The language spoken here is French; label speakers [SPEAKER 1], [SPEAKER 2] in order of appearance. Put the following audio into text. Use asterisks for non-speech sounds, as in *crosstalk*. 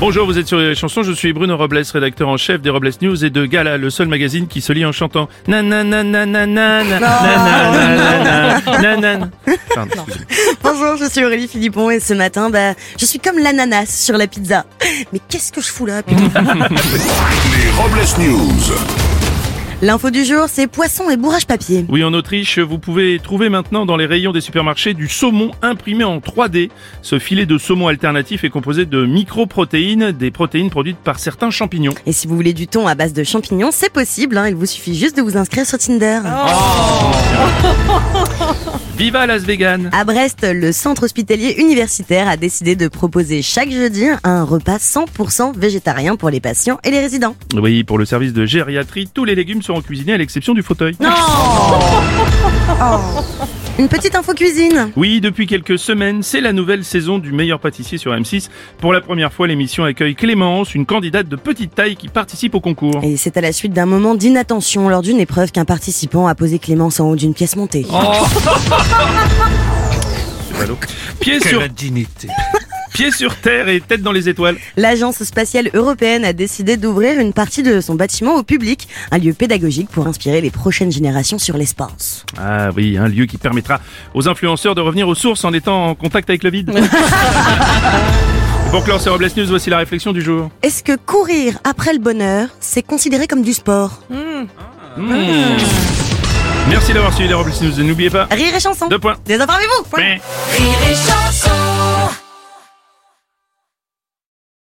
[SPEAKER 1] Bonjour, vous êtes sur les chansons, je suis Bruno Robles, rédacteur en chef des Robles News et de Gala, le seul magazine qui se lit en chantant nanana nanana nanana nanana. Pardon, excusez-moi.
[SPEAKER 2] Bonjour, je suis Aurélie Philippon et ce matin, bah, je suis comme l'ananas sur la pizza. Mais qu'est-ce que je fous là putain
[SPEAKER 3] Les Robles News.
[SPEAKER 2] L'info du jour, c'est poisson et bourrage papier.
[SPEAKER 1] Oui, en Autriche, vous pouvez trouver maintenant dans les rayons des supermarchés du saumon imprimé en 3D. Ce filet de saumon alternatif est composé de microprotéines, des protéines produites par certains champignons.
[SPEAKER 2] Et si vous voulez du thon à base de champignons, c'est possible, hein, il vous suffit juste de vous inscrire sur Tinder.
[SPEAKER 1] Viva Las Vegan
[SPEAKER 2] À Brest, le centre hospitalier universitaire a décidé de proposer chaque jeudi un repas 100% végétarien pour les patients et les résidents.
[SPEAKER 1] Oui, pour le service de gériatrie, tous les légumes seront cuisinés à l'exception du fauteuil.
[SPEAKER 2] Une petite info cuisine.
[SPEAKER 1] Oui, depuis quelques semaines, c'est la nouvelle saison du meilleur pâtissier sur M6. Pour la première fois, l'émission accueille Clémence, une candidate de petite taille qui participe au concours.
[SPEAKER 2] Et c'est à la suite d'un moment d'inattention lors d'une épreuve qu'un participant a posé Clémence en haut d'une pièce montée.
[SPEAKER 1] Pieds sur, *laughs* pieds sur terre et tête dans les étoiles.
[SPEAKER 2] L'Agence spatiale européenne a décidé d'ouvrir une partie de son bâtiment au public, un lieu pédagogique pour inspirer les prochaines générations sur l'espace.
[SPEAKER 1] Ah oui, un lieu qui permettra aux influenceurs de revenir aux sources en étant en contact avec le vide. Pour clore ces Robles News, voici la réflexion du jour.
[SPEAKER 2] Est-ce que courir après le bonheur, c'est considéré comme du sport
[SPEAKER 1] Mm. Hmm. Merci d'avoir suivi les Robles News et n'oubliez pas,
[SPEAKER 2] Rire et chanson.
[SPEAKER 1] deux points.
[SPEAKER 2] Désinformez-vous.
[SPEAKER 1] Point.
[SPEAKER 4] Rire et chanson